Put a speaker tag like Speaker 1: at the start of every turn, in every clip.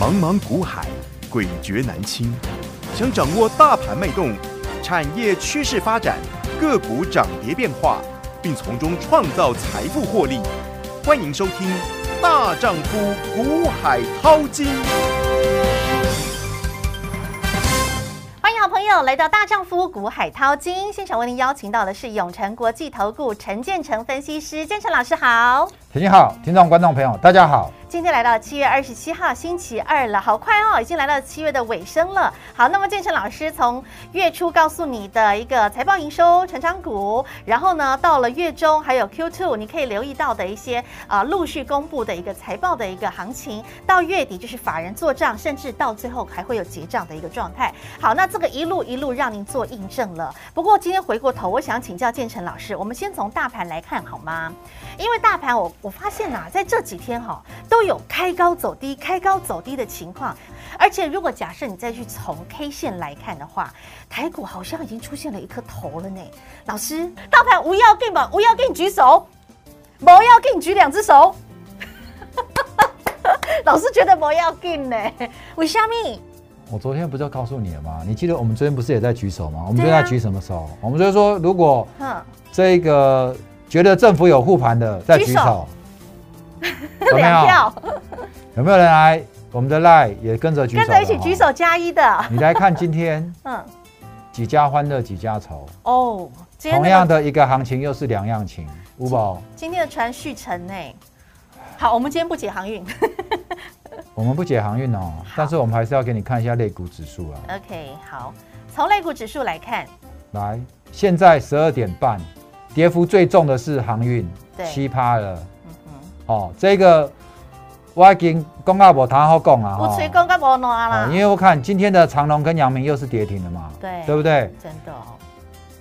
Speaker 1: 茫茫股海，诡谲难清。想掌握大盘脉动、产业趋势发展、个股涨跌变化，并从中创造财富获利，欢迎收听《大丈夫股海淘金》。
Speaker 2: 欢迎好朋友来到《大丈夫股海淘金》现场，为您邀请到的是永诚国际投顾陈建成分析师，建成老师好。
Speaker 3: 田心好，听众观众朋友，大家好。
Speaker 2: 今天来到七月二十七号星期二了，好快哦，已经来到七月的尾声了。好，那么建成老师从月初告诉你的一个财报营收成长股，然后呢，到了月中还有 Q2，你可以留意到的一些啊、呃陆续公布的一个财报的一个行情，到月底就是法人做账，甚至到最后还会有结账的一个状态。好，那这个一路一路让您做印证了。不过今天回过头，我想请教建成老师，我们先从大盘来看好吗？因为大盘我我发现呐、在这几天哈、都有开高走低、开高走低的情况，而且如果假设你再去从 K 线来看的话，台股好像已经出现了一颗头了呢。老师，大盘无要给嘛，无要给你举手，某要给你举两只手。 老师觉得某要进呢，为什么？
Speaker 3: 我昨天不就告诉你了吗？你记得我们昨天不是也在举手吗？我们
Speaker 2: 对
Speaker 3: 就
Speaker 2: 啊
Speaker 3: 在举什么手？我们就说，如果
Speaker 2: 哼，
Speaker 3: 这个觉得政府有护盘的，再举
Speaker 2: 举
Speaker 3: 手
Speaker 2: 手，
Speaker 3: 有没有
Speaker 2: 两票，
Speaker 3: 啊有没有人来？我们的 line 也跟着举手
Speaker 2: 跟
Speaker 3: 的，
Speaker 2: 着一起举
Speaker 3: 哦。
Speaker 2: 手加一的，
Speaker 3: 你来看今天
Speaker 2: 嗯，
Speaker 3: 几家欢乐几家愁，
Speaker 2: 哦，今天
Speaker 3: 同
Speaker 2: 那
Speaker 3: 样
Speaker 2: 个
Speaker 3: 的一个行情又是两样情，五宝，
Speaker 2: 今天的船续沉呢。好，我们今天不解航运
Speaker 3: 我们不解航运哦，但是我们还是要给你看一下类股指数啊。
Speaker 2: ，OK，好，从类股指数来看，
Speaker 3: 来，现在十二点半，跌幅最重的是航运，
Speaker 2: 对
Speaker 3: 七趴了。
Speaker 2: 嗯哼，
Speaker 3: 哦，这个我已经公告无谈好讲啊。
Speaker 2: 我
Speaker 3: 哦
Speaker 2: 吹公干无拿
Speaker 3: 哦
Speaker 2: 啦，
Speaker 3: 因为我看今天的长隆跟阳明又是跌停了嘛，
Speaker 2: 对
Speaker 3: 对不对？
Speaker 2: 真的哦，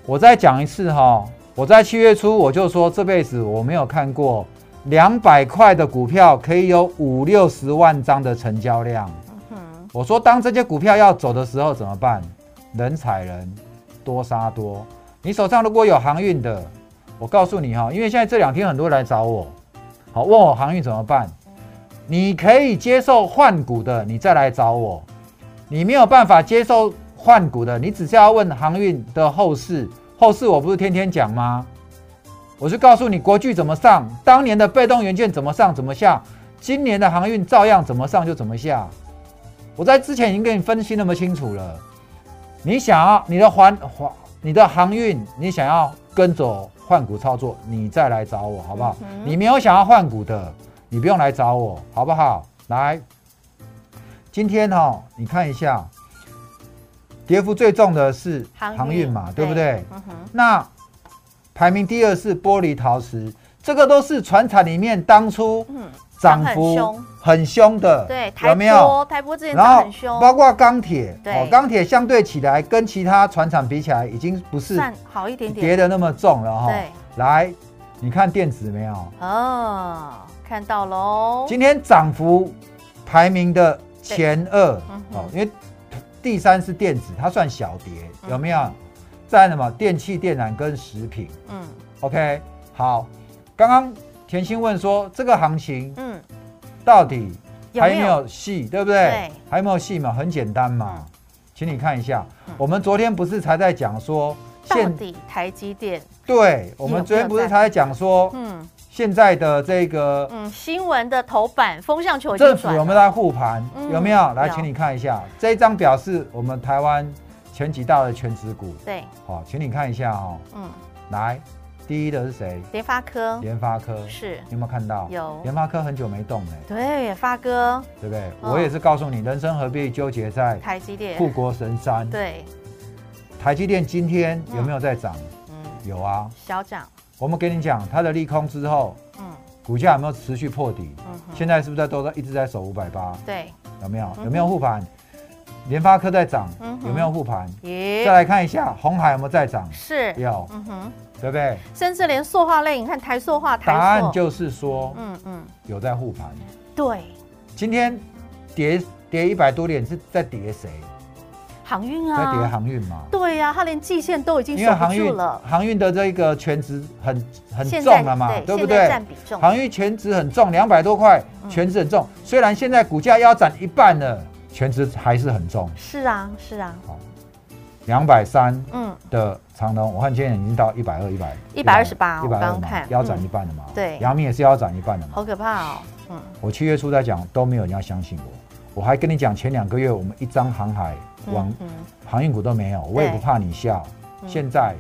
Speaker 3: 我再讲一次哈、我在七月初我就说这辈子我没有看过两百块的股票可以有五六十万张的成交量。
Speaker 2: 嗯哼，
Speaker 3: 我说，当这些股票要走的时候怎么办？人踩人，多杀多。你手上如果有航运的，我告诉你哈、因为现在这两天很多人来找我，好问我航运怎么办。你可以接受换股的，你再来找我；你没有办法接受换股的，你只是要问航运的后市。后市我不是天天讲吗？我是告诉你国巨怎么上，当年的被动元件怎么上怎么下，今年的航运照样怎么上就怎么下。我在之前已经跟你分析那么清楚了，你想要你的环环你的航运，你想要跟走换股操作，你再来找我好不好？
Speaker 2: 嗯哼
Speaker 3: 你没有想要换股的，你不用来找我好不好？来，今天哈、哦，你看一下，跌幅最重的是航运嘛，对不对？
Speaker 2: 嗯哼，
Speaker 3: 那排名第二是玻璃陶瓷，这个都是船产里面当初
Speaker 2: 嗯，
Speaker 3: 涨
Speaker 2: 很
Speaker 3: 幅
Speaker 2: 凶
Speaker 3: 很凶的，
Speaker 2: 对，
Speaker 3: 呃有
Speaker 2: 台
Speaker 3: 没有？
Speaker 2: 波台波之前
Speaker 3: 然
Speaker 2: 涨
Speaker 3: 后
Speaker 2: 很凶，
Speaker 3: 包括钢铁，
Speaker 2: 对
Speaker 3: 哦，钢铁相对起来跟其他船厂比起来，已经不是
Speaker 2: 算好一点点，
Speaker 3: 跌的哦那么重了哈、
Speaker 2: 对，
Speaker 3: 来，你看电子没有？
Speaker 2: 哦，看到喽，
Speaker 3: 今天涨幅排名的前二
Speaker 2: 嗯哼
Speaker 3: 哦，因为第三是电子，它算小跌，
Speaker 2: 嗯
Speaker 3: 有没有？占了嘛，电器、电缆跟食品。
Speaker 2: 嗯
Speaker 3: OK，好，刚刚甜心问说这个行情
Speaker 2: 嗯，
Speaker 3: 到底
Speaker 2: 有
Speaker 3: 还有
Speaker 2: 没
Speaker 3: 没
Speaker 2: 有？
Speaker 3: 有戏，对不对？
Speaker 2: 对
Speaker 3: 还有没有戏嘛？很简单嘛，请你看一下
Speaker 2: 嗯，
Speaker 3: 我们昨天不是才在讲说
Speaker 2: 到底台积电，
Speaker 3: 对，我们昨天不是才在讲说
Speaker 2: 嗯
Speaker 3: 现在的这个
Speaker 2: 嗯，新闻的头版风向球已经
Speaker 3: 政府
Speaker 2: 转
Speaker 3: 有没有
Speaker 2: 了？
Speaker 3: 在护盘？
Speaker 2: 嗯
Speaker 3: 有没有？来，
Speaker 2: 有
Speaker 3: 请你看一下这一张表是我们台湾前几大的全指股，
Speaker 2: 对，
Speaker 3: 好、请你看一下哦。
Speaker 2: 嗯，
Speaker 3: 来，第一的是谁？
Speaker 2: 联发科
Speaker 3: 联发科，你
Speaker 2: 是，
Speaker 3: 有没有看到？
Speaker 2: 哦有
Speaker 3: 联发科很久没动了，
Speaker 2: 对，发哥，
Speaker 3: 对不对？
Speaker 2: 嗯
Speaker 3: 我也是告诉你，人生何必纠结在
Speaker 2: 台积电，
Speaker 3: 护国神山？
Speaker 2: 对，
Speaker 3: 台积电今天有没有在涨？
Speaker 2: 嗯，
Speaker 3: 有啊，
Speaker 2: 小涨，
Speaker 3: 我们跟你讲，它的利空之后，
Speaker 2: 嗯
Speaker 3: 股价有没有持续破底？
Speaker 2: 嗯哼，
Speaker 3: 现在是不是在都在一直在守五百八？
Speaker 2: 对，
Speaker 3: 有没有
Speaker 2: 嗯？哼
Speaker 3: 有没有护盘？联发科在涨
Speaker 2: 嗯，哼
Speaker 3: 有没有护盘？再
Speaker 2: 咦，
Speaker 3: 来看一下红海有没有在涨，
Speaker 2: 是，
Speaker 3: 有，
Speaker 2: 嗯哼，
Speaker 3: 对不对？
Speaker 2: 甚至连塑化类，你看台塑化、台塑，
Speaker 3: 答案就是说
Speaker 2: 嗯嗯，
Speaker 3: 有在护盘。
Speaker 2: 对，
Speaker 3: 今天跌跌一百多点是在跌谁？
Speaker 2: 航运
Speaker 3: 在跌
Speaker 2: 啊，
Speaker 3: 航运嘛？
Speaker 2: 对呀、它连季线都已经
Speaker 3: 因
Speaker 2: 守
Speaker 3: 为
Speaker 2: 不
Speaker 3: 航
Speaker 2: 住
Speaker 3: 运
Speaker 2: 了，
Speaker 3: 航运的这个全值很很
Speaker 2: 现
Speaker 3: 重啊
Speaker 2: 在
Speaker 3: 了嘛，对不
Speaker 2: 现在
Speaker 3: 对？
Speaker 2: 占比重，
Speaker 3: 航运全值很重，两百多块，
Speaker 2: 嗯
Speaker 3: 全值很重。虽然现在股价腰斩一半了，全值还是很重。
Speaker 2: 是啊，是啊，
Speaker 3: 两百三
Speaker 2: 嗯，
Speaker 3: 的长隆，我看今天已经到一百二、一百
Speaker 2: 128我
Speaker 3: 一百
Speaker 2: 刚
Speaker 3: 二
Speaker 2: 刚
Speaker 3: 嘛
Speaker 2: 看，
Speaker 3: 腰斩
Speaker 2: 嗯
Speaker 3: 一半了嘛。
Speaker 2: 对
Speaker 3: 阳明也是腰斩一半了嘛。
Speaker 2: 好可怕哦，嗯，
Speaker 3: 我七月初在讲都没有人要相信我，我还跟你讲前两个月我们一张航海往
Speaker 2: 嗯嗯，
Speaker 3: 航运股都没有，我也
Speaker 2: 对
Speaker 3: 不怕你笑。
Speaker 2: 嗯
Speaker 3: 现在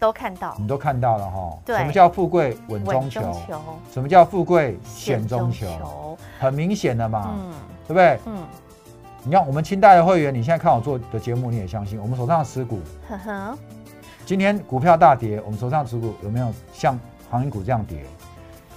Speaker 2: 都看到
Speaker 3: 你都看到了哈，
Speaker 2: 对
Speaker 3: 什么叫富贵稳中
Speaker 2: 稳
Speaker 3: 求？
Speaker 2: 中求，
Speaker 3: 什么叫富贵险中求？，啊很明显的嘛，
Speaker 2: 嗯
Speaker 3: 对不对？
Speaker 2: 嗯，
Speaker 3: 你看我们清代的会员，你现在看我做的节目，你也相信我们手上的持股，
Speaker 2: 呵
Speaker 3: 啊
Speaker 2: 呵，
Speaker 3: 今天股票大跌，我们手上持股有没有像航运股这样跌？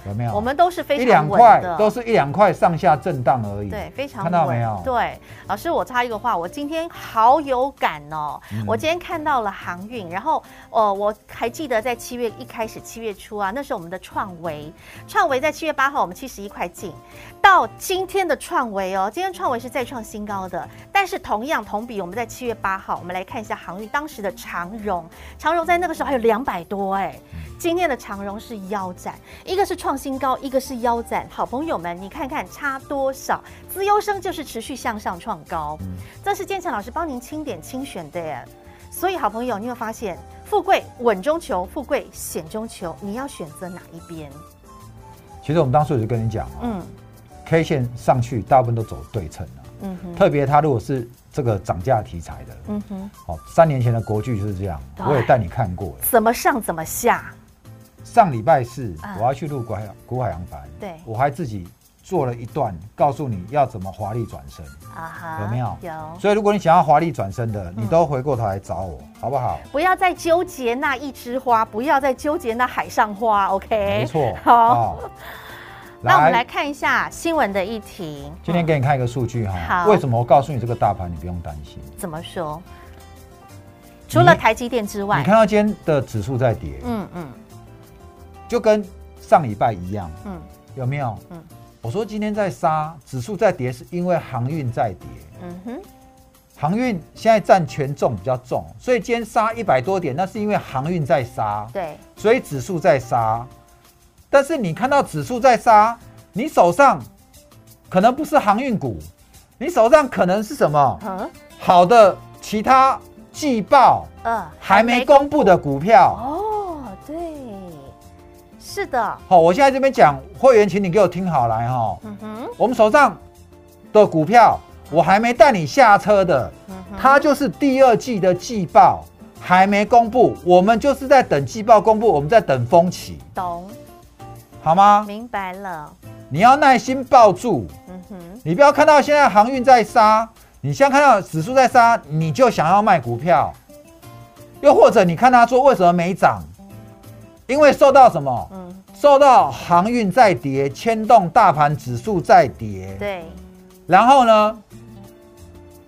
Speaker 3: 有没有？
Speaker 2: 我们都是
Speaker 3: 一
Speaker 2: 非
Speaker 3: 两
Speaker 2: 常稳
Speaker 3: 块
Speaker 2: 的，
Speaker 3: 都是一两块上下震荡而已。
Speaker 2: 对，非常
Speaker 3: 看到
Speaker 2: 稳
Speaker 3: 没有
Speaker 2: 对，老师，我插一个话，我今天好有感哦。
Speaker 3: 嗯
Speaker 2: 我今天看到了航运，然后呃，我还记得在七月一开始，七月初啊，那时候我们的创维，创维在七月八号我们七十一块进，到今天的创维哦，今天创维是再创新高的，但是同样同比，我们在七月八号，我们来看一下航运当时的长荣，长荣在那个时候还有两百多哎，
Speaker 3: 嗯
Speaker 2: 今天的长荣是腰斩，一个是创新高，一个是腰斩。好朋友们，你看看差多少？资优生就是持续向上创高，这是建强老师帮您清点清选的耶。所以好朋友，你有发现富贵稳中求，富贵险中求，你要选择哪一边？
Speaker 3: 其实我们当初也就跟你讲哦、
Speaker 2: 嗯
Speaker 3: k 线上去大部分都走对称了、
Speaker 2: 嗯哼
Speaker 3: 特别它如果是这个涨价题材的，
Speaker 2: 嗯哼，
Speaker 3: 哦，三年前的国剧就是这样，
Speaker 2: 对
Speaker 3: 我也带你看过了。
Speaker 2: 怎么上怎么下？
Speaker 3: 上礼拜四
Speaker 2: 啊
Speaker 3: 我要去录股海股海洋盘，
Speaker 2: 对
Speaker 3: 我还自己做了一段，告诉你要怎么华丽转身。
Speaker 2: 啊哈
Speaker 3: 有没有
Speaker 2: 有。
Speaker 3: 所以如果你想要华丽转身的，
Speaker 2: 嗯
Speaker 3: 你都回过头来找我，好不好？
Speaker 2: 不要再纠结那一枝花，不要再纠结那海上花，OK？
Speaker 3: 没错。
Speaker 2: 哎 好，
Speaker 3: 哦
Speaker 2: 那我们来，看一下新闻的议题。
Speaker 3: 今天给你看一个数据哈。
Speaker 2: 好
Speaker 3: 为什么我告诉你这个大盘你不用担心？
Speaker 2: 嗯怎么说？除了台积电之外
Speaker 3: 你，看到今天的指数在跌，
Speaker 2: 嗯嗯
Speaker 3: 就跟上礼拜一样，
Speaker 2: 嗯
Speaker 3: 有没有？
Speaker 2: 嗯
Speaker 3: 我说今天在杀，指数在跌是因为航运在跌。
Speaker 2: 嗯哼，
Speaker 3: 航运现在占权重比较重，所以今天杀一百多点，那是因为航运在杀，
Speaker 2: 对，
Speaker 3: 所以指数在杀。但是你看到指数在杀，你手上可能不是航运股，你手上可能是什么
Speaker 2: 嗯
Speaker 3: 好的其他季报
Speaker 2: 呃，
Speaker 3: 还没公布的股票。
Speaker 2: 哦，对，是的，
Speaker 3: 好、我现在这边讲，会员，请你给我听好来哈、哦，
Speaker 2: 嗯哼，
Speaker 3: 我们手上的股票，我还没带你下车的。
Speaker 2: 嗯哼，
Speaker 3: 它就是第二季的季报还没公布，我们就是在等季报公布，我们在等风起，
Speaker 2: 懂，
Speaker 3: 好吗？
Speaker 2: 明白了，
Speaker 3: 你要耐心抱住，
Speaker 2: 嗯哼，
Speaker 3: 你不要看到现在航运在杀，你现在看到指数在杀，你就想要卖股票，又或者你看它说为什么没涨，因为受到什么？
Speaker 2: 嗯，
Speaker 3: 受到航运在跌，牵动大盘指数在跌，
Speaker 2: 对，
Speaker 3: 然后呢，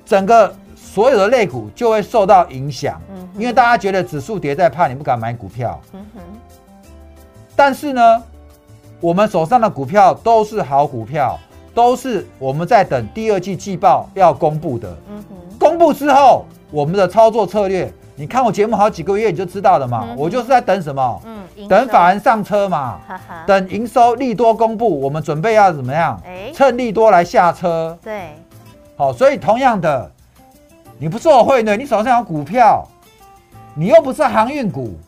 Speaker 3: 整个所有的类股就会受到影响。
Speaker 2: 嗯哼
Speaker 3: 因为大家觉得指数跌在怕你不敢买股票，
Speaker 2: 嗯哼，
Speaker 3: 但是呢，我们手上的股票都是好股票，都是我们在等第二季季报要公布的。
Speaker 2: 嗯哼，
Speaker 3: 公布之后，我们的操作策略，你看我节目好几个月你就知道了嘛。
Speaker 2: 嗯
Speaker 3: 我就是在等什么？
Speaker 2: 嗯，营
Speaker 3: 等
Speaker 2: 收啊
Speaker 3: 法，人上车嘛，
Speaker 2: 哈哈，
Speaker 3: 等营收利多公布，我们准备要怎么样
Speaker 2: 哎？
Speaker 3: 趁利多来下车。
Speaker 2: 对，
Speaker 3: 好、所以同样的，你不是我会员，你手上有股票，你又不是航运股，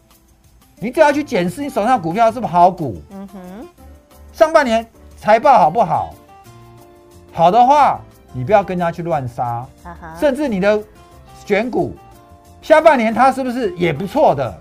Speaker 3: 你只要去检视你手上的股票是不是好股，
Speaker 2: 嗯哼，
Speaker 3: 上半年财报好不好？好的话，你不要跟人家去乱杀，
Speaker 2: 哈哈，
Speaker 3: 甚至你的选股，下半年它是不是也不错的？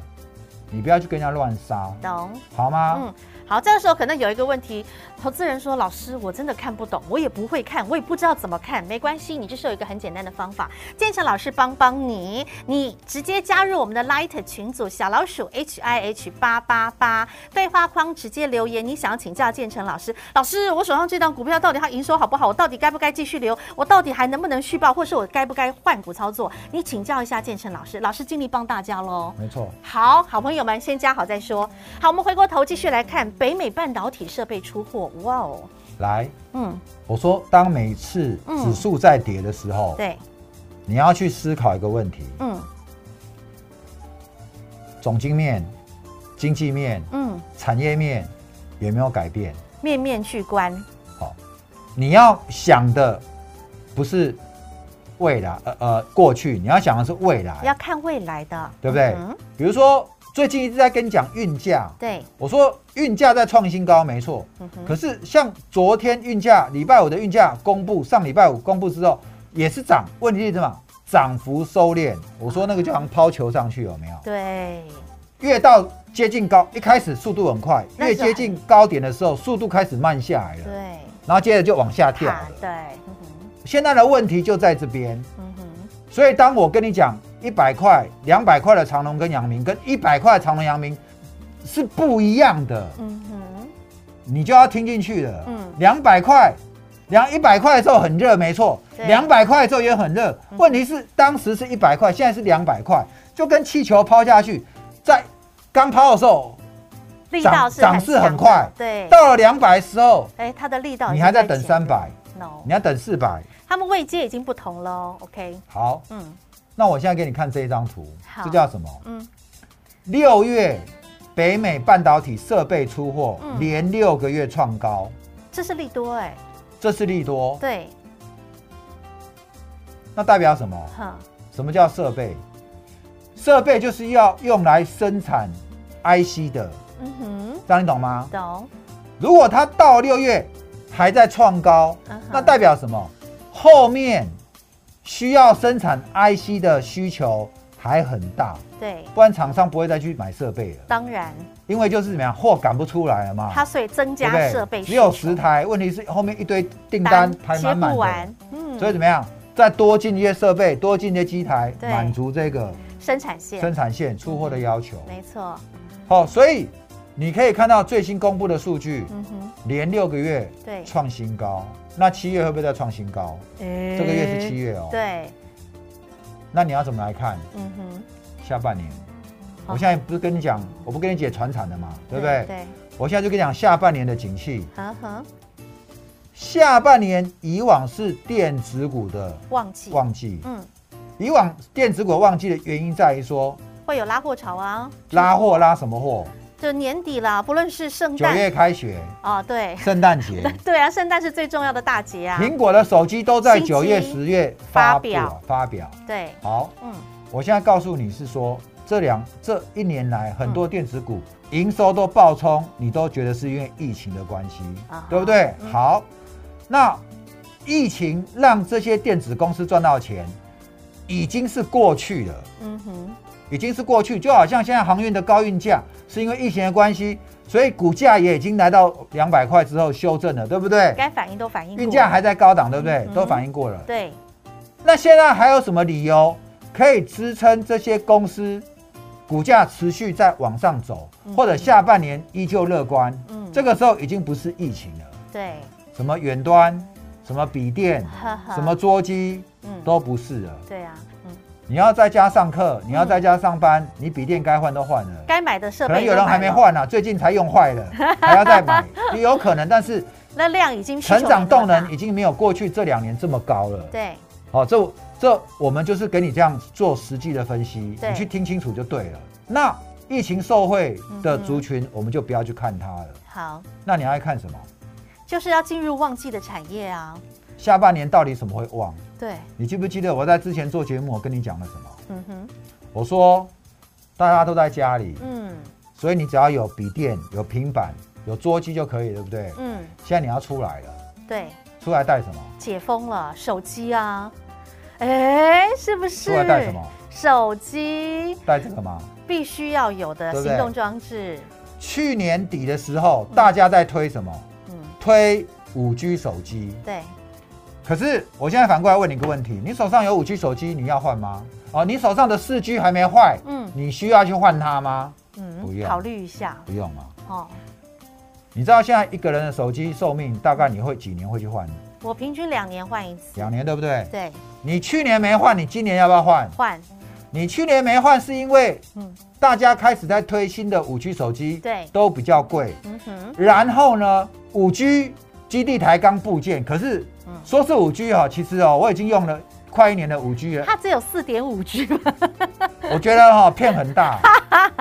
Speaker 3: 你不要去跟人家乱杀，
Speaker 2: 懂。
Speaker 3: 好吗？
Speaker 2: 嗯，好，这个时候可能有一个问题，投资人说：“老师，我真的看不懂，我也不会看，我也不知道怎么看。”没关系，你就是有一个很简单的方法，建强老师帮帮你，你直接加入我们的 Light 群组，小老鼠 H I H 八八八，对话框直接留言，你想要请教建成老师，老师，我手上这档股票到底它营收好不好？我到底该不该继续留？我到底还能不能续报，或是我该不该换股操作？你请教一下建成老师，老师尽力帮大家喽。
Speaker 3: 没错。
Speaker 2: 好，好朋友们，先加好再说。好，我们回过头继续来看北美半导体设备出货，哇哦，
Speaker 3: 来，
Speaker 2: 嗯，
Speaker 3: 我说当每次
Speaker 2: 嗯
Speaker 3: 指数在跌的时候，
Speaker 2: 对，
Speaker 3: 你要去思考一个问题。
Speaker 2: 嗯
Speaker 3: 总经面、经济面、
Speaker 2: 嗯，
Speaker 3: 产业面有没有改变？
Speaker 2: 面面俱观，
Speaker 3: 好、你要想的不是未来，呃呃，过去，你要想的是未
Speaker 2: 要
Speaker 3: 来，
Speaker 2: 看未来的，
Speaker 3: 哎对不对？
Speaker 2: 嗯
Speaker 3: 比如说最近一直在跟你讲运价，
Speaker 2: 对，
Speaker 3: 我说运价在创新高，没错。
Speaker 2: 嗯哼，
Speaker 3: 可是像昨天运价，礼拜五的运价公布，上礼拜五公布之后也是涨，问题是什么？涨幅收敛。我说那个就好像抛球上去，有没有？
Speaker 2: 对，
Speaker 3: 越到接近高，一开始速度很快，
Speaker 2: 那
Speaker 3: 越
Speaker 2: 时候
Speaker 3: 接近高点的时候，速度开始慢下来了，
Speaker 2: 对，
Speaker 3: 然后接着就往下掉
Speaker 2: 卡
Speaker 3: 了，。
Speaker 2: 对，嗯哼，
Speaker 3: 现在的问题就在这边。
Speaker 2: 嗯哼，
Speaker 3: 所以当我跟你讲一百块、两百块的长隆跟阳明，跟一百块的长隆阳明是不一样的，
Speaker 2: 嗯哼，
Speaker 3: 你就要听进去了。
Speaker 2: 嗯
Speaker 3: 两百块，两一百块的时候很热，没错
Speaker 2: 对，
Speaker 3: 两百块的时候也很热。
Speaker 2: 嗯
Speaker 3: 问题是当时是一百块，现在是两百块，就跟气球抛下去，在刚抛的时候，
Speaker 2: 力
Speaker 3: 涨
Speaker 2: 道是
Speaker 3: 涨势很
Speaker 2: 强的
Speaker 3: 快
Speaker 2: 对，
Speaker 3: 到了两百时候，
Speaker 2: 哎，它的力道已
Speaker 3: 你
Speaker 2: 经
Speaker 3: 还在等
Speaker 2: 前
Speaker 3: 三
Speaker 2: 面
Speaker 3: 百，
Speaker 2: ，no，
Speaker 3: 你要等四百。
Speaker 2: 他们位阶已经不同喽，OK，
Speaker 3: 好，
Speaker 2: 嗯
Speaker 3: 那我现在给你看这一张图
Speaker 2: 好，
Speaker 3: 这叫什么？
Speaker 2: 嗯，
Speaker 3: 六月北美半导体设备出货、
Speaker 2: 嗯
Speaker 3: 连六个月创高，
Speaker 2: 这是利多哎，
Speaker 3: 这是利多。
Speaker 2: 对，
Speaker 3: 那代表什么？
Speaker 2: 哼，
Speaker 3: 什么叫设备？设备就是要用来生产 IC 的，
Speaker 2: 嗯哼，
Speaker 3: 这样你懂吗？
Speaker 2: 懂，
Speaker 3: 如果它到六月还在创高，
Speaker 2: 嗯哼
Speaker 3: 那代表什么？后面需要生产 IC 的需求还很大，
Speaker 2: 对，
Speaker 3: 不然厂商不会再去买设备了，
Speaker 2: 当然，
Speaker 3: 因为就是怎么样，货赶不出来了嘛。
Speaker 2: 它所以增
Speaker 3: 对
Speaker 2: 加
Speaker 3: 不啊对
Speaker 2: 设备需求，
Speaker 3: 只有十台，问题是后面一堆订单排
Speaker 2: 接
Speaker 3: 满满
Speaker 2: 不
Speaker 3: 的
Speaker 2: 完，，嗯，
Speaker 3: 所以怎么样？再多进一些设备，多进一些机台，
Speaker 2: 对
Speaker 3: 满足这个
Speaker 2: 生产线，
Speaker 3: 呃生产线出货的要求。
Speaker 2: 没错，
Speaker 3: 好、所以你可以看到最新公布的数据，
Speaker 2: 嗯哼，
Speaker 3: 连六个月
Speaker 2: 对，
Speaker 3: 创新高。那七月会不会再创新高？
Speaker 2: 这
Speaker 3: 这个月是七，月哦。。
Speaker 2: 嗯对，
Speaker 3: 那你要怎么来看
Speaker 2: 嗯哼，
Speaker 3: 下半年？
Speaker 2: 好
Speaker 3: 我现在不是跟你讲，我不跟你解传产的嘛，对不对？
Speaker 2: 对，
Speaker 3: 我现在就跟你讲下半年的景气。
Speaker 2: 嗯哼，
Speaker 3: 下半年以往是电子股的
Speaker 2: 旺季，
Speaker 3: 旺季，
Speaker 2: 嗯，
Speaker 3: 以往电子股旺季的原因在于说
Speaker 2: 会有拉货潮啊，
Speaker 3: 拉货拉什么货？
Speaker 2: 就年底啦，不论是圣
Speaker 3: 九
Speaker 2: 诞
Speaker 3: 月开学，
Speaker 2: 哦，对，
Speaker 3: 圣诞节，
Speaker 2: 对啊，圣诞是最重要的大节啊，
Speaker 3: 苹果的手机都在
Speaker 2: 新机
Speaker 3: 九月、十月发
Speaker 2: 表
Speaker 3: 表发表。
Speaker 2: 对，
Speaker 3: 好，
Speaker 2: 嗯，
Speaker 3: 我现在告诉你是说，这两这一年来，很多电子股营收都爆冲，你都觉得是因为疫情的关系
Speaker 2: 啊哈，
Speaker 3: 对不对？
Speaker 2: 嗯
Speaker 3: 好，那疫情让这些电子公司赚到钱，已经是过去了。
Speaker 2: 嗯哼，
Speaker 3: 已经是过去，就好像现在航运的高运价是因为疫情的关系，所以股价也已经来到两百块之后修正了，对不对？
Speaker 2: 该反应都反应过
Speaker 3: 运价还在高档，对不对？
Speaker 2: 嗯
Speaker 3: 都反映过了。
Speaker 2: 对，
Speaker 3: 那现在还有什么理由可以支撑这些公司股价持续在往上走，
Speaker 2: 嗯
Speaker 3: 或者下半年依旧乐观？
Speaker 2: 嗯
Speaker 3: 这个时候已经不是疫情了，
Speaker 2: 对，
Speaker 3: 什么远端、什么 笔电、
Speaker 2: 呵呵
Speaker 3: 什么桌机
Speaker 2: 嗯
Speaker 3: 都不是了。
Speaker 2: 对啊，嗯，
Speaker 3: 你要在家上课，你要在家上班，你笔电该换都换了。
Speaker 2: 该买的设
Speaker 3: 可能
Speaker 2: 备
Speaker 3: 有人还没
Speaker 2: 都买了，
Speaker 3: 换呢、最近才用 坏了，还要再买，也有可能。但是
Speaker 2: 那量已经需求
Speaker 3: 成长动
Speaker 2: 没那么
Speaker 3: 能
Speaker 2: 大
Speaker 3: 已经没有过去这两年这么高了。
Speaker 2: 对，
Speaker 3: 好、这这我们就是给你这样做实际的分析，
Speaker 2: 对
Speaker 3: 你去听清楚就对了。那疫情受惠的
Speaker 2: 嗯哼
Speaker 3: 族群，我们就不要去看它了。
Speaker 2: 好，
Speaker 3: 那你要看什么？
Speaker 2: 就是要进入旺季的产业啊，
Speaker 3: 下半年到底什么会旺？
Speaker 2: 对，
Speaker 3: 你记不记得我在之前做节目，我跟你讲了什么？
Speaker 2: 嗯哼，
Speaker 3: 我说大家都在家里，
Speaker 2: 嗯
Speaker 3: 所以你只要有笔电、有平板、有桌机就可以，对不对？
Speaker 2: 嗯，
Speaker 3: 现在你要出来了。
Speaker 2: 对，
Speaker 3: 出来带什么？
Speaker 2: 解封了，手机啊，哎，是不是？
Speaker 3: 出来带什么？
Speaker 2: 手机
Speaker 3: 带这个吗？
Speaker 2: 必须要有的
Speaker 3: 对不对
Speaker 2: 行动装置，
Speaker 3: 去年底的时候，大家在推什么？
Speaker 2: 嗯，
Speaker 3: 推五 G 手机。
Speaker 2: 对，
Speaker 3: 可是我现在反过来问你一个问题：你手上有五 G 手机，你要换吗？哦，你手上的四 G 还没坏，
Speaker 2: 嗯
Speaker 3: 你需要去换它吗？不
Speaker 2: 嗯，
Speaker 3: 要
Speaker 2: 考虑一下
Speaker 3: 不用啊嘛。
Speaker 2: 哦。
Speaker 3: 你知道现在一个人的手机寿命大概你会几年会去换？
Speaker 2: 我平均两年换一次，
Speaker 3: 两年对不对？
Speaker 2: 对，
Speaker 3: 你去年没换，你今年要不要换？
Speaker 2: 换，
Speaker 3: 你去年没换是因为
Speaker 2: 嗯
Speaker 3: 大家开始在推新的五 G 手机，
Speaker 2: 对
Speaker 3: 都比较贵，
Speaker 2: 嗯哼，
Speaker 3: 然后呢，五 G 基地台刚部件，可是
Speaker 2: 嗯
Speaker 3: 说是五 G 哈，其实哦，我已经用了快一年的五 G 了，
Speaker 2: 它只有四点五 G 吗？
Speaker 3: 我觉得哈骗 很大，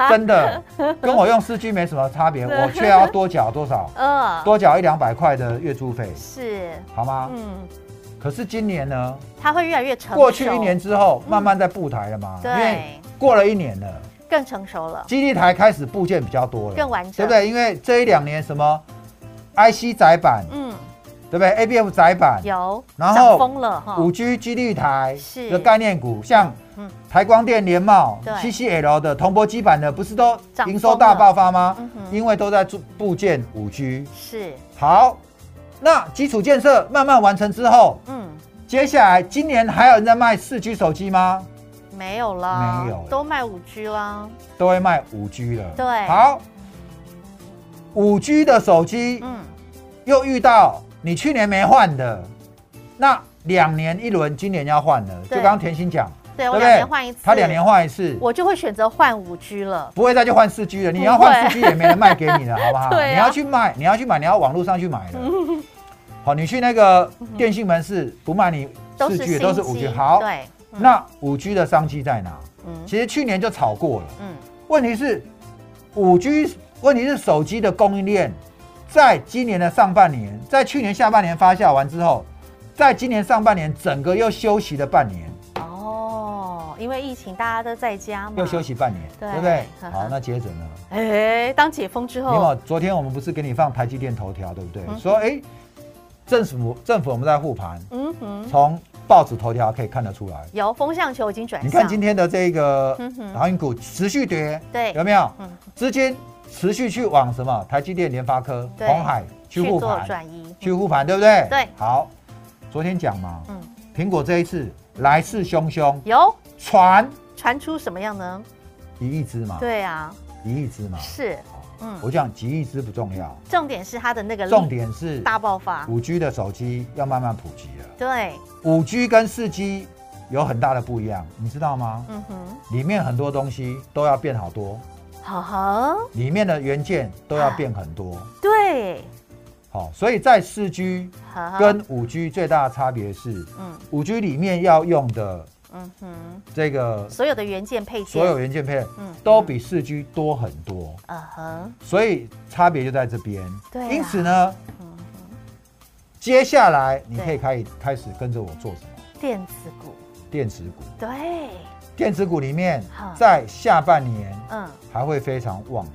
Speaker 3: 真的跟我用四 G 没什么 差别，我却要多缴多少？
Speaker 2: 嗯，
Speaker 3: 多缴一两百块的月租费，
Speaker 2: 是，
Speaker 3: 好吗？
Speaker 2: 嗯，
Speaker 3: 可是今年呢，
Speaker 2: 它会越来越成熟。
Speaker 3: 过去一年之后，慢慢在布台了嘛，
Speaker 2: 嗯对
Speaker 3: 因为过了一年了，
Speaker 2: 更成熟了，
Speaker 3: 基地台开始部件比较多了，
Speaker 2: 更完整
Speaker 3: 对不对？因为这一两年什么 IC 载板，
Speaker 2: 嗯，
Speaker 3: 对不对？ABF 载板，
Speaker 2: 有，
Speaker 3: 然后
Speaker 2: 涨疯了哈，
Speaker 3: 五 G 基地台
Speaker 2: 哦是
Speaker 3: 的概念股，像
Speaker 2: 嗯
Speaker 3: 台光电、联茂、
Speaker 2: 对
Speaker 3: CCL 的铜箔基板的，不是都
Speaker 2: 涨
Speaker 3: 营收大爆发吗
Speaker 2: 疯了嗯？哼
Speaker 3: 因为都在做部件五 G。
Speaker 2: 是，
Speaker 3: 好，那基础建设慢慢完成之后，
Speaker 2: 嗯，
Speaker 3: 接下来今年还有人在卖四 G 手机吗？
Speaker 2: 没有啦，
Speaker 3: 没有
Speaker 2: 都卖五 G 啦，
Speaker 3: 都会卖五 G 了。
Speaker 2: 对
Speaker 3: 好，五 G 的手机
Speaker 2: 嗯，
Speaker 3: 又遇到你去年没换的，那两年一轮，今年要换了。就
Speaker 2: 对
Speaker 3: 刚刚甜心讲，
Speaker 2: 对
Speaker 3: 对
Speaker 2: 我
Speaker 3: 不
Speaker 2: 两
Speaker 3: 对
Speaker 2: 年换一次，
Speaker 3: 他两年换一次，
Speaker 2: 我就会选择换五 G 了，
Speaker 3: 不会再去换四 G 了。你要
Speaker 2: 不会
Speaker 3: 换四 G 也没人卖给你了，好不好？
Speaker 2: 对啊嗯
Speaker 3: 你要去卖，你要去买，你要网络上去买的。好，你去那个电信门市不卖你
Speaker 2: 都
Speaker 3: 四
Speaker 2: 是
Speaker 3: G
Speaker 2: 新
Speaker 3: 都是
Speaker 2: 机
Speaker 3: 五 G。好，
Speaker 2: 对，嗯
Speaker 3: 那五 G 的商机在哪？
Speaker 2: 嗯
Speaker 3: 其实去年就炒过了。
Speaker 2: 嗯，
Speaker 3: 问题是五 G，问题是手机的供应链，在今年的上半年，在去年下半年发酵完之后，在今年上半年整个又休息了半年，
Speaker 2: 哦，因为疫情大家都在家嘛，
Speaker 3: 又休息半年，
Speaker 2: 嗯对
Speaker 3: 对不对
Speaker 2: 呵？呵
Speaker 3: 好，那接着呢？
Speaker 2: 哎，当解封之
Speaker 3: 你有没
Speaker 2: 后
Speaker 3: 有，昨天我们不是给你放台积电头条，对不对？
Speaker 2: 嗯
Speaker 3: 说哎，政府政府我们在护盘，
Speaker 2: 嗯哼，
Speaker 3: 从报纸头条可以看得出来。
Speaker 2: 有风向球已经转
Speaker 3: 你
Speaker 2: 向，
Speaker 3: 看今天的这个
Speaker 2: 哎嗯哼
Speaker 3: 航运股持续跌，
Speaker 2: 对
Speaker 3: 有没有
Speaker 2: 嗯？
Speaker 3: 资金持续去往什么？台积电、联发科、
Speaker 2: 对
Speaker 3: 红海去护
Speaker 2: 做
Speaker 3: 盘，
Speaker 2: 转移，
Speaker 3: 去护盘，对不对？
Speaker 2: 对
Speaker 3: 好，昨天讲嘛，
Speaker 2: 嗯，
Speaker 3: 苹果这一次来势汹汹，
Speaker 2: 有
Speaker 3: 传
Speaker 2: 传出什么样呢？
Speaker 3: 一亿只嘛，
Speaker 2: 对啊，
Speaker 3: 一亿只嘛。
Speaker 2: 是，
Speaker 3: 好
Speaker 2: 嗯
Speaker 3: 我讲几亿只不重要，
Speaker 2: 重点是它的那个
Speaker 3: 重点是
Speaker 2: 大爆发，
Speaker 3: 五 G 的手机要慢慢普及了。
Speaker 2: 对，
Speaker 3: 五 G 跟四 G 有很大的不一样，你知道吗？
Speaker 2: 嗯哼，
Speaker 3: 里面很多东西都要变好多，
Speaker 2: 呵呵，
Speaker 3: 里面的元件都要变很多。
Speaker 2: 嗯对，
Speaker 3: 好，所以在四 G
Speaker 2: 呵呵，
Speaker 3: 跟五 G 最大的差别是，
Speaker 2: 嗯
Speaker 3: 五 G 里面要用的
Speaker 2: 嗯哼，
Speaker 3: 这个
Speaker 2: 所有的元件配件，
Speaker 3: 所有元件配
Speaker 2: 嗯
Speaker 3: 都比四 G 多很多，
Speaker 2: 嗯哼，
Speaker 3: 所以差别就在这边。
Speaker 2: 对啊
Speaker 3: 因此呢，
Speaker 2: 嗯哼，
Speaker 3: 接下来你
Speaker 2: 对
Speaker 3: 可以开开始跟着我做什么？
Speaker 2: 电子股，
Speaker 3: 电子股，
Speaker 2: 对，
Speaker 3: 电子股里面
Speaker 2: 好
Speaker 3: 在下半年
Speaker 2: 嗯
Speaker 3: 还会非常旺的，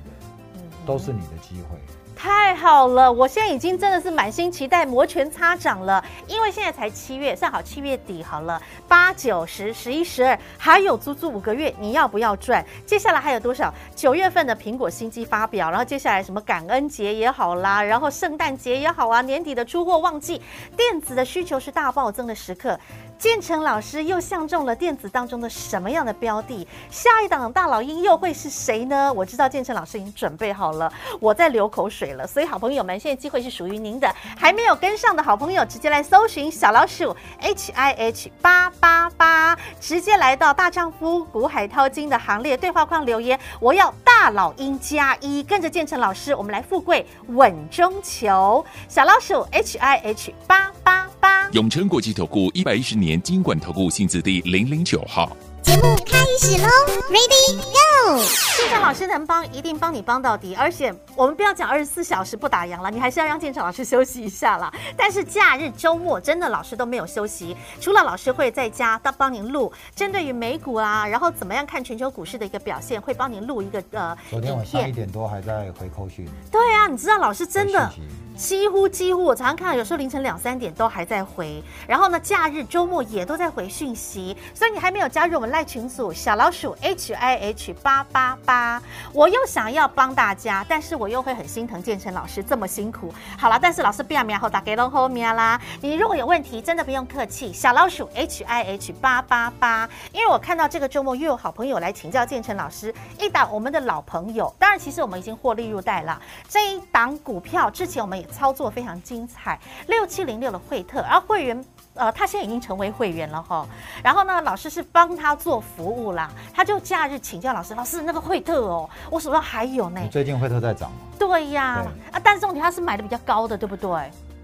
Speaker 2: 嗯哼，
Speaker 3: 都是你的机会。
Speaker 2: 太好了，我现在已经真的是满心期待摩拳擦掌了，因为现在才七月，算好七月底好了，八九十十一十二，还有足足五个月，你要不要赚？接下来还有多少？九月份的苹果新机发表，然后接下来什么感恩节也好啦，然后圣诞节也好啊，年底的出货旺季，电子的需求是大暴增的时刻。建成老师又相中了电子当中的什么样的标的？下一档大老鹰又会是谁呢？我知道建成老师已经准备好了，我在流口水了。所以好朋友们，现在机会是属于您的，还没有跟上的好朋友，直接来搜寻小老鼠 H I H 八八八，直接来到大丈夫古海涛金的行列对话框留言，我要大老鹰加一，跟着建成老师，我们来富贵稳中求。小老鼠 H I H 八八八。
Speaker 4: 永诚国际投顾一百一十年金管投顾性质第零零九号。
Speaker 5: 节目开始喽，Ready Go！
Speaker 2: 建成老师能帮，一定帮你帮到底。而且我们不要讲二十四小时不打烊了，你还是要让建成老师休息一下啦。 但是假日、周末真的老师都没有休息，除了老师会在家到帮您录，针对于美股啊，然后怎么样看全球股市的一个表现，会帮您录一个呃
Speaker 3: 昨天
Speaker 2: 影
Speaker 3: 晚上一
Speaker 2: 片。
Speaker 3: 点多还在回扣讯，
Speaker 2: 对啊，你知道老师真的
Speaker 3: 回讯息
Speaker 2: 几乎几乎，我常常看到有时候凌晨两三点都还在回，然后呢，假日周末也都在回讯息，所以你还没有加入我们赖群组小老鼠 H I H 八八八，我又想要帮大家，但是我又会很心疼建成老师这么辛苦。好了，但是老师不要面后打给龙后面啊啦，你如果有问题真的不用客气，小老鼠 H I H 八八八，因为我看到这个周末又有好朋友来请教建成老师一档我们的老朋友，当然其实我们已经获利入袋了。这一档股票之前我们也操作非常精彩，六七零六的惠特，而会员。呃，他现在已经成为会员了哈，然后呢，老师是帮他做服务啦，他就假日请教老师，老师那个惠特哦，我手上还有呢啊
Speaker 3: 你，最近惠特在涨吗？
Speaker 2: 对呀，啊，但是重点他是买的比较高的，对不对？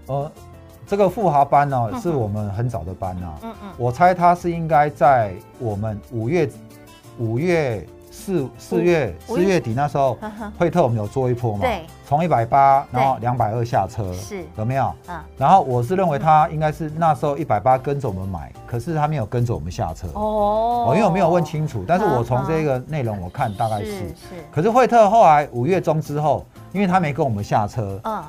Speaker 3: 呃，这个富豪班哦
Speaker 2: 嗯，哼
Speaker 3: 是我们很早的班啊。
Speaker 2: 嗯嗯，
Speaker 3: 我猜它是应该在我们五月、五月四四月
Speaker 2: 五
Speaker 3: 四月底那时候
Speaker 2: 呵呵，
Speaker 3: 惠特我们有做一波嘛，
Speaker 2: 对，
Speaker 3: 从一百八，
Speaker 2: 对
Speaker 3: 然后两百二下车，
Speaker 2: 是
Speaker 3: 有没有？
Speaker 2: 啊，
Speaker 3: 然后我是认为它应该是那时候一百八跟着我们买，可是它没有跟着我们下车哦，
Speaker 2: 哦，
Speaker 3: 因为我没有问清楚，但是我
Speaker 2: 嗯
Speaker 3: 从
Speaker 2: 嗯
Speaker 3: 这个内容我看大概是
Speaker 2: 是，是，
Speaker 3: 可是惠特后来五月中之后，因为它没跟我们下车，
Speaker 2: 嗯，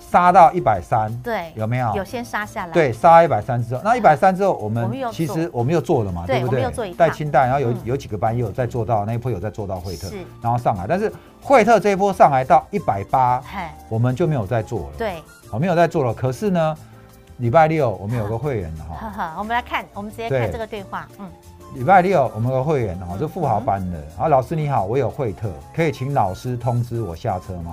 Speaker 3: 杀到一百三，
Speaker 2: 对，
Speaker 3: 有没有？
Speaker 2: 有先杀下来，
Speaker 3: 对，杀一百三之后，那一百三之后，我
Speaker 2: 我们
Speaker 3: 们
Speaker 2: 又
Speaker 3: 其
Speaker 2: 做
Speaker 3: 实我们又做了嘛，
Speaker 2: 对
Speaker 3: 对不
Speaker 2: 我们
Speaker 3: 对
Speaker 2: 又做一？
Speaker 3: 带
Speaker 2: 趟
Speaker 3: 清淡，然后有
Speaker 2: 嗯
Speaker 3: 有几个班也有在做到那一波，有在做到惠特
Speaker 2: 是，
Speaker 3: 然后上来，但是惠特这一波上来到一百八，
Speaker 2: 嘿，
Speaker 3: 我们就没有再做了，，
Speaker 2: 对，
Speaker 3: 我没有再做了。可是呢，礼拜六我们有个会员
Speaker 2: 呵
Speaker 3: 哈，
Speaker 2: 呵，我们来看，我们直接
Speaker 3: 对
Speaker 2: 看这个对话，嗯，
Speaker 3: 礼拜六我们有个会员哈，
Speaker 2: 嗯
Speaker 3: 是富豪班的，啊，老师你好，我有惠特，可以请老师通知我下车
Speaker 2: 嗯
Speaker 3: 吗？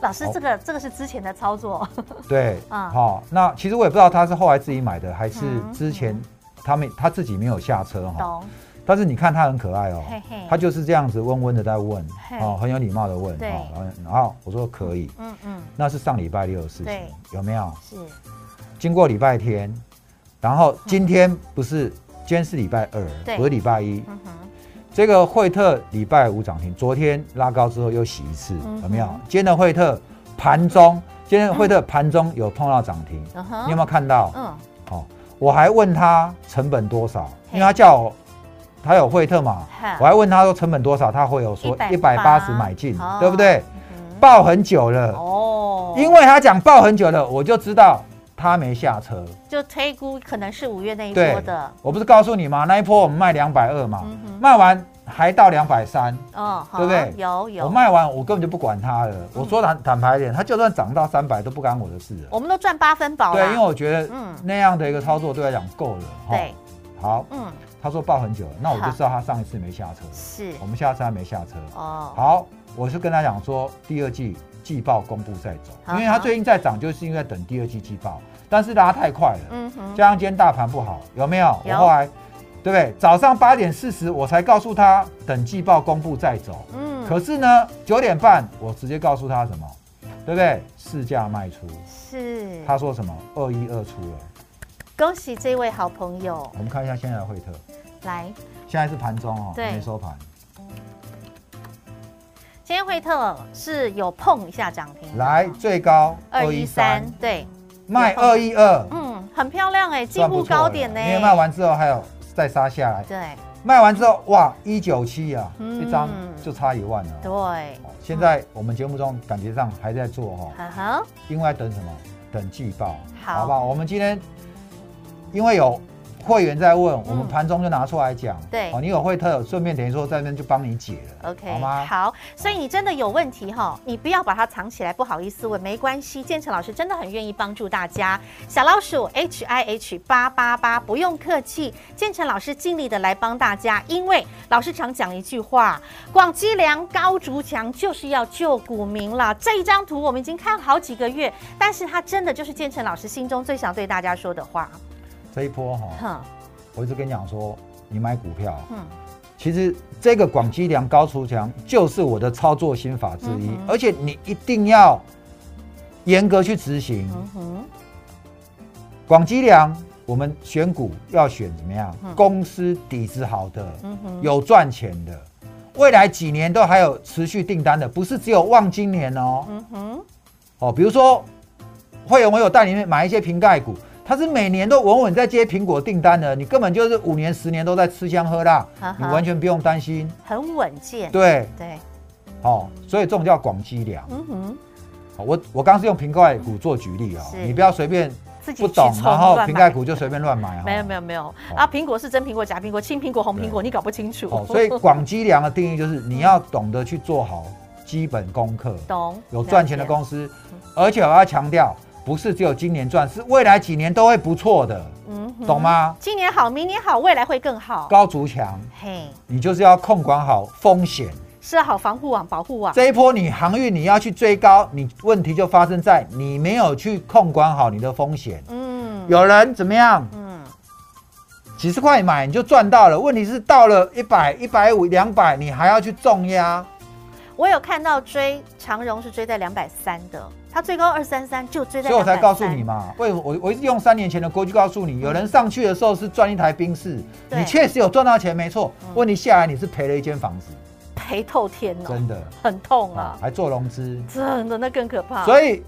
Speaker 2: 老师
Speaker 3: 好，
Speaker 2: 这个这个是之前的操作，
Speaker 3: 对，
Speaker 2: 啊
Speaker 3: 好，那其实我也不知道他是后来自己买的，还是
Speaker 2: 嗯
Speaker 3: 之前
Speaker 2: 嗯
Speaker 3: 他们他自己没有下车哈。
Speaker 2: 懂，
Speaker 3: 但是你看他很可爱哦
Speaker 2: 嘿嘿，
Speaker 3: 他就是这样子温温的在问
Speaker 2: 嘿，
Speaker 3: 哦，很有礼貌的问，
Speaker 2: 对
Speaker 3: 哦，然后然后我说可以，
Speaker 2: 嗯嗯，
Speaker 3: 那是上礼拜六的事情
Speaker 2: 对，
Speaker 3: 有没有？
Speaker 2: 是，
Speaker 3: 经过礼拜天，然后今天不是，今天是礼拜
Speaker 2: 对
Speaker 3: 二，不是礼拜一。
Speaker 2: 嗯哼，
Speaker 3: 这个惠特礼拜五涨停，昨天拉高之后又洗一次
Speaker 2: 嗯哼，
Speaker 3: 有没有？今天的惠特盘中，今天的惠特盘中有碰到涨停，
Speaker 2: 嗯
Speaker 3: 你有没
Speaker 2: 哼，
Speaker 3: 有看到？
Speaker 2: 嗯，
Speaker 3: 哦，我还问他成本多少，
Speaker 2: 嘿
Speaker 3: 因为他叫我，他有惠特嘛
Speaker 2: 嘿，
Speaker 3: 我还问他说成本多少，他会有说一百八
Speaker 2: 180
Speaker 3: 十买进
Speaker 2: 哦，
Speaker 3: 对不对？
Speaker 2: 嗯
Speaker 3: 报很久了，
Speaker 2: 哦，
Speaker 3: 呃因为他讲报很久了，我就知道他没下车。
Speaker 2: 就推估可能是五月那一
Speaker 3: 对
Speaker 2: 波的，
Speaker 3: 我不是告诉你吗？那一波我们卖两百二嘛
Speaker 2: 嗯哼，
Speaker 3: 卖完还到两百三，
Speaker 2: 哦，好
Speaker 3: 对不对
Speaker 2: 有有，嗯
Speaker 3: 我卖完我根本就不管他了。我说坦坦白一点，他就算涨到三百都不干我的事了。
Speaker 2: 我们都赚八分饱
Speaker 3: 对，因为
Speaker 2: 了，
Speaker 3: 我觉得
Speaker 2: 哦嗯
Speaker 3: 那样的一个操作对他来讲够了。哈
Speaker 2: 对，
Speaker 3: 好，
Speaker 2: 嗯，
Speaker 3: 他说报很久了，那我就
Speaker 2: 好
Speaker 3: 知道他上一次没下车。
Speaker 2: 是
Speaker 3: 我，们下次还没下车。
Speaker 2: 哦，
Speaker 3: 好，我是跟他讲说，第二季季报公布再走，
Speaker 2: 好
Speaker 3: 因为他最近在涨，就是因为在等第二季季报，但是拉太快了，
Speaker 2: 嗯哼，
Speaker 3: 加上今天大盘不好，有没有？我
Speaker 2: 有
Speaker 3: 后来对不对？早上八点四十我才告诉他等季报公布再走，
Speaker 2: 嗯，
Speaker 3: 可是呢九点半我直接告诉他什么，对不对？市价卖出，
Speaker 2: 是，
Speaker 3: 他说什么二一二出了，
Speaker 2: 恭喜这位好朋友
Speaker 3: 我们看一下现在的惠特，
Speaker 2: 来，
Speaker 3: 现在是盘中哦，
Speaker 2: 对
Speaker 3: 还没收盘，
Speaker 2: 今天惠特是有碰一下涨停的，
Speaker 3: 来最高
Speaker 2: 二一三，对，
Speaker 3: 卖二一二，
Speaker 2: 嗯，很漂亮哎，进
Speaker 3: 算不
Speaker 2: 步
Speaker 3: 错
Speaker 2: 高
Speaker 3: 了
Speaker 2: 点呢，
Speaker 3: 因为卖完之后还有再杀下来，
Speaker 2: 对
Speaker 3: 卖完之后哇，一九七啊，
Speaker 2: 嗯
Speaker 3: 一张就差一万了。
Speaker 2: 对，
Speaker 3: 哦现在我们节目中感觉上还在做哈，
Speaker 2: 哈哈，
Speaker 3: 因为在等什么？等季报，
Speaker 2: 好
Speaker 3: 不好？我们今天因为有会员在问，我
Speaker 2: 嗯
Speaker 3: 们盘中就拿出来讲。
Speaker 2: 对
Speaker 3: 哦，你有会特，顺便等于说在那边就帮你解了
Speaker 2: OK，
Speaker 3: 好吗？
Speaker 2: 好，所以你真的有问题哈，你不要把它藏起来，不好意思问，没关系。建成老师真的很愿意帮助大家。小老鼠 H I H 八八八，不用客气，建成老师尽力的来帮大家，因为老师常讲一句话：广积粮，高筑墙，就是要救股民啦。这一张图我们已经看好几个月，但是它真的就是建成老师心中最想对大家说的话。
Speaker 3: 这一波哈，
Speaker 2: 哼，
Speaker 3: 我一直跟你讲说，你买股票，
Speaker 2: 嗯，
Speaker 3: 其实这个广积粮高出墙就是我的操作心法之一，
Speaker 2: 嗯哼
Speaker 3: 而且你一定要严格去执行。
Speaker 2: 嗯哼，
Speaker 3: 广积粮，我们选股要选怎么样？
Speaker 2: 嗯
Speaker 3: 公司底子好的，
Speaker 2: 嗯哼，
Speaker 3: 有赚钱的，未来几年都还有持续订单的，不是只有望今年哦。
Speaker 2: 嗯哼，
Speaker 3: 哦，比如说会员我有带你们买一些瓶盖股，它是每年都稳稳在接苹果订单的，你根本就是五年十年都在吃香喝辣
Speaker 2: 哈哈，
Speaker 3: 你完全不用担心。
Speaker 2: 很稳健。
Speaker 3: 对。
Speaker 2: 对，
Speaker 3: 哦，所以这种叫广积粮。
Speaker 2: 嗯哼。
Speaker 3: 好我我刚是用瓶盖股做举例哦，
Speaker 2: 是
Speaker 3: 你不要随便
Speaker 2: 自己
Speaker 3: 不懂
Speaker 2: 去，凑
Speaker 3: 然后
Speaker 2: 乱
Speaker 3: 瓶
Speaker 2: 买
Speaker 3: 盖股就随便乱买哦。
Speaker 2: 没有没
Speaker 3: 有。
Speaker 2: 有没有啊，苹果是真苹果、假苹果、青苹果、红苹果，你搞不清楚。
Speaker 3: 哦， 所以广积粮的定义就是你要懂得去做好基本功课，
Speaker 2: 懂
Speaker 3: 有赚钱的
Speaker 2: 功，
Speaker 3: 公司，
Speaker 2: 嗯
Speaker 3: 而且我要强调，不是只有今年赚，是未来几年都会不错的，
Speaker 2: 嗯哼
Speaker 3: 懂？吗？
Speaker 2: 今年好，明年好，未来会更好。
Speaker 3: 高足强，
Speaker 2: 嘿，
Speaker 3: 你就是要控管好风险。
Speaker 2: 是好防护网、保护网。
Speaker 3: 这一波你航运你要去追高，你问题就发生在你没有去控管好你的风险。
Speaker 2: 嗯，
Speaker 3: 有人怎么样？
Speaker 2: 嗯，
Speaker 3: 几十块买你就赚到了，问题是到了一百、一百五、两百，你还要去重压。
Speaker 2: 我有看到追长荣是追在两百三的，它最高二三三就追在。
Speaker 3: 所以我才告诉你。嘛，为我我一直用三年前的规矩告诉你，有人上去的时候是赚一台宾士，
Speaker 2: 对
Speaker 3: 你确实有赚到钱，没错
Speaker 2: 嗯。
Speaker 3: 问题下来你是赔了一间房子，
Speaker 2: 赔透天哦，
Speaker 3: 真的
Speaker 2: 很痛
Speaker 3: 啊
Speaker 2: 啊，，
Speaker 3: 还做融资。
Speaker 2: 真的那更可怕。
Speaker 3: 所以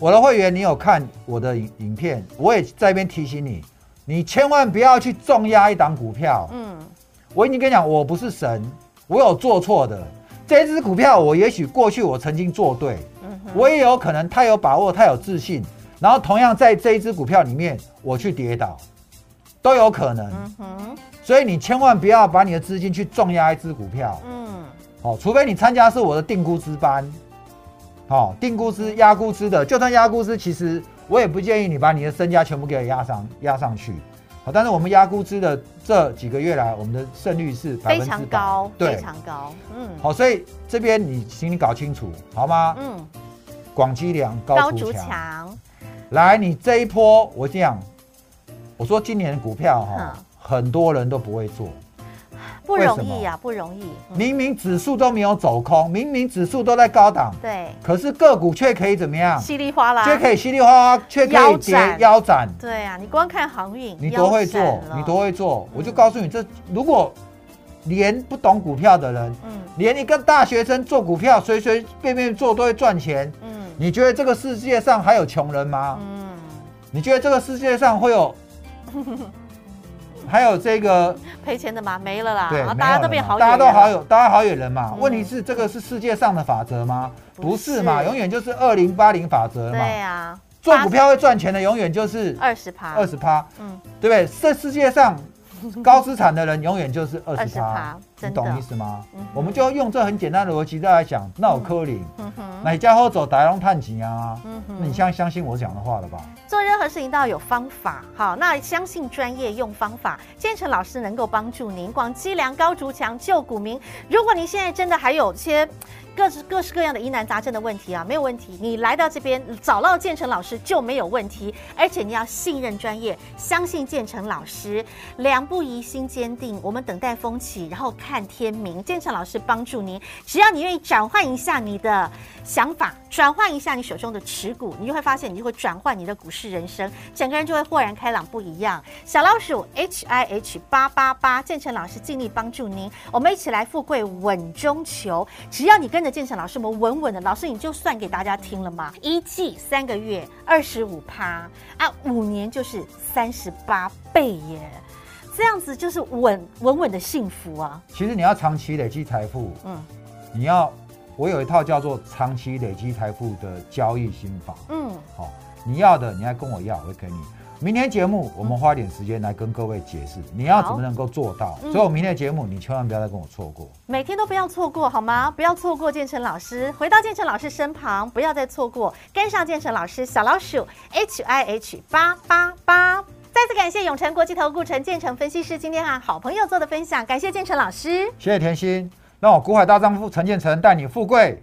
Speaker 3: 我的会员，你有看我的影影片，我也在这边提醒你，你千万不要去重压一档股票。
Speaker 2: 嗯，
Speaker 3: 我已经跟你讲，我不是神，我有做错的。这只股票，我也许过去我曾经做对，
Speaker 2: 嗯哼
Speaker 3: 我也有可能太有把握、太有自信，然后同样在这一只股票里面我去跌倒，都有可能。
Speaker 2: 嗯哼，
Speaker 3: 所以你千万不要把你的资金去重压一只股票，
Speaker 2: 嗯，
Speaker 3: 哦，除非你参加是我的定估值班，哦，定估值、压估值的，就算压估值，其实我也不建议你把你的身家全部给我压上压上去。好，但是我们压估值的这几个月来，我们的胜率是百
Speaker 2: 非
Speaker 3: 分之
Speaker 2: 常
Speaker 3: 百
Speaker 2: 高，非
Speaker 3: 对，
Speaker 2: 常高。嗯
Speaker 3: 好，所以这边你请你搞清楚好吗？
Speaker 2: 嗯，
Speaker 3: 广积粮、
Speaker 2: 高
Speaker 3: 高
Speaker 2: 筑
Speaker 3: 筑墙。
Speaker 2: 墙，
Speaker 3: 来，你这一波，我讲，我说今年的股票哈、
Speaker 2: 嗯
Speaker 3: 很多人都不会做，
Speaker 2: 不容易呀，不容易。嗯
Speaker 3: 明明指数都没有走空，明明指数都在高档，
Speaker 2: 对，
Speaker 3: 可是个股却可以怎么样？
Speaker 2: 稀里哗啦。
Speaker 3: 却可以稀里哗啦，却可以
Speaker 2: 腰
Speaker 3: 跌
Speaker 2: 斩
Speaker 3: 腰斩。
Speaker 2: 对啊，你光看航运，
Speaker 3: 你多会
Speaker 2: 腰
Speaker 3: 做
Speaker 2: 斩，了
Speaker 3: 你多会做，我就
Speaker 2: 嗯
Speaker 3: 告诉你，这如果连不懂股票的人，
Speaker 2: 嗯
Speaker 3: 连一个大学生做股票，随随便便做都会赚钱，
Speaker 2: 嗯
Speaker 3: 你觉得这个世界上还有穷人吗？
Speaker 2: 嗯，
Speaker 3: 你觉得这个世界上会 有还有这个
Speaker 2: 赔钱的嘛没了啦，
Speaker 3: 对，
Speaker 2: 然后
Speaker 3: 没
Speaker 2: 大家
Speaker 3: 有
Speaker 2: 都
Speaker 3: 了
Speaker 2: 变
Speaker 3: 嘛
Speaker 2: 好
Speaker 3: 大家都好
Speaker 2: 友，
Speaker 3: 友，大家好友人嘛。
Speaker 2: 嗯
Speaker 3: 问题是这个是世界上的法则吗？
Speaker 2: 不
Speaker 3: 不
Speaker 2: 是
Speaker 3: 是嘛，永远就是二零八零法则
Speaker 2: 对
Speaker 3: 嘛。
Speaker 2: 啊，
Speaker 3: 做股票会赚钱的永远就是
Speaker 2: 二十趴，
Speaker 3: 二十趴，
Speaker 2: 嗯，
Speaker 3: 对不对？这世 界上高资产的人永远就是二
Speaker 2: 20%
Speaker 3: 十趴，
Speaker 2: 真
Speaker 3: 你
Speaker 2: 的
Speaker 3: 懂意思吗
Speaker 2: 嗯哼？
Speaker 3: 我们就用这很简单的逻辑再来讲，那我柯林，
Speaker 2: 嗯哼，
Speaker 3: 哪家伙走台龙探钱啊？
Speaker 2: 嗯哼
Speaker 3: 那你相相信我讲的话了吧？
Speaker 2: 做任何事情都要有方法，好，那相信专业用方法，建成老师能够帮助您。广积粮、高筑墙、救股民。如果您现在真的还有些各式各式各样的疑难杂症的问题啊，没有问题，你来到这边找到建成老师就没有问题。而且你要信任专业，相信建成老师，两不疑，心坚定。我们等待风起，然后看天明。建成老师帮助您，只要你愿意转换一下你的想法，转换一下你手中的持股，你就会发现，你就会转换你的股市人生，整个人就会豁然开朗，不一样。小老鼠 H I H 八八八，建成老师尽力帮助您，我们一起来富贵稳中求。只要你跟着建成老师，我们稳稳的，老师你就算给大家听了嘛，一季三个月二十五趴啊，五年就是三十八倍耶，这样子就是稳稳稳的幸福啊。
Speaker 3: 其实你要长期累积财富，
Speaker 2: 嗯
Speaker 3: 你要我有一套叫做长期累积财富的交易心法。
Speaker 2: 嗯，
Speaker 3: 好、你要的你来跟我要，我会给你。明天节目我们花点时间来跟各位解释，你要怎
Speaker 2: 好
Speaker 3: 么能够做到。
Speaker 2: 嗯
Speaker 3: 所以，我明天的节目你千万不要再跟我错过。
Speaker 2: 每天都不要错过，好吗？不要错过建成老师，回到建成老师身旁，不要再错过，跟上建成老师小老鼠 H I H 八八八。再次感谢永诚国际投顾陈建成分析师今天和好朋友做的分享，感谢建成老师。
Speaker 3: 谢谢甜心，让我股海大丈夫陈建成带你富贵